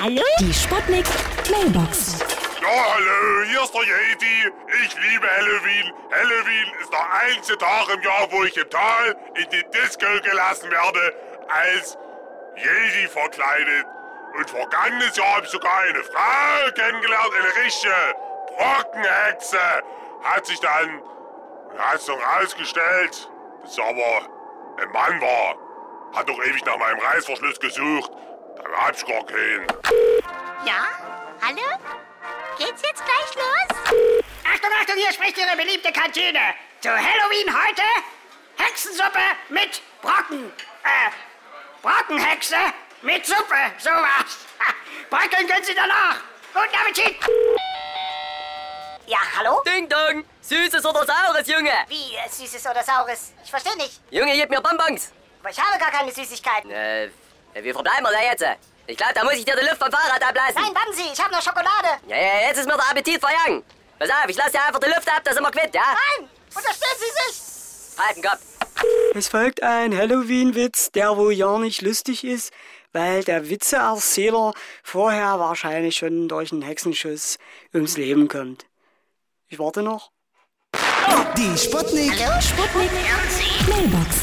Hallo? Die Sputnik Mailbox. Ja, hallo, hier ist der Yeti. Ich liebe Halloween. Halloween ist der einzige Tag im Jahr, wo ich im Tal in die Disco gelassen werde, als Yeti verkleidet. Und vergangenes Jahr habe ich sogar eine Frau kennengelernt, eine richtige Brockenhexe. Hat sich dann, hat sich dann rausgestellt, dass sie aber ein Mann war. Hat doch ewig nach meinem Reißverschluss gesucht. Da hab ich gar keinen. Ja? Hallo? Geht's jetzt gleich los? Achtung, Achtung, hier spricht Ihre beliebte Kantine. Zu Halloween heute Hexensuppe mit Brocken. Äh, Brockenhexe mit Suppe, sowas. Bröckeln können Sie danach. Guten Appetit. Ja, hallo? Ding Dong! Süßes oder saures, Junge? Wie, äh, süßes oder saures? Ich verstehe nicht. Junge, gib mir Bonbons! Aber ich habe gar keine Süßigkeiten. Äh, wir verbleiben oder jetzt? Ich glaube, da muss ich dir die Luft vom Fahrrad ablassen. Nein, warten Sie, ich habe noch Schokolade. Ja, ja, jetzt ist mir der Appetit vergangen. Pass auf, ich lasse dir einfach die Luft ab, da sind wir quitt, ja? Nein, unterstellen Sie sich. Halt den Kopf. Es folgt ein Halloween-Witz, der wohl ja nicht lustig ist, weil der Witzeerzähler vorher wahrscheinlich schon durch einen Hexenschuss ums Leben kommt. Ich warte noch. Die Sputnik. Mailbox.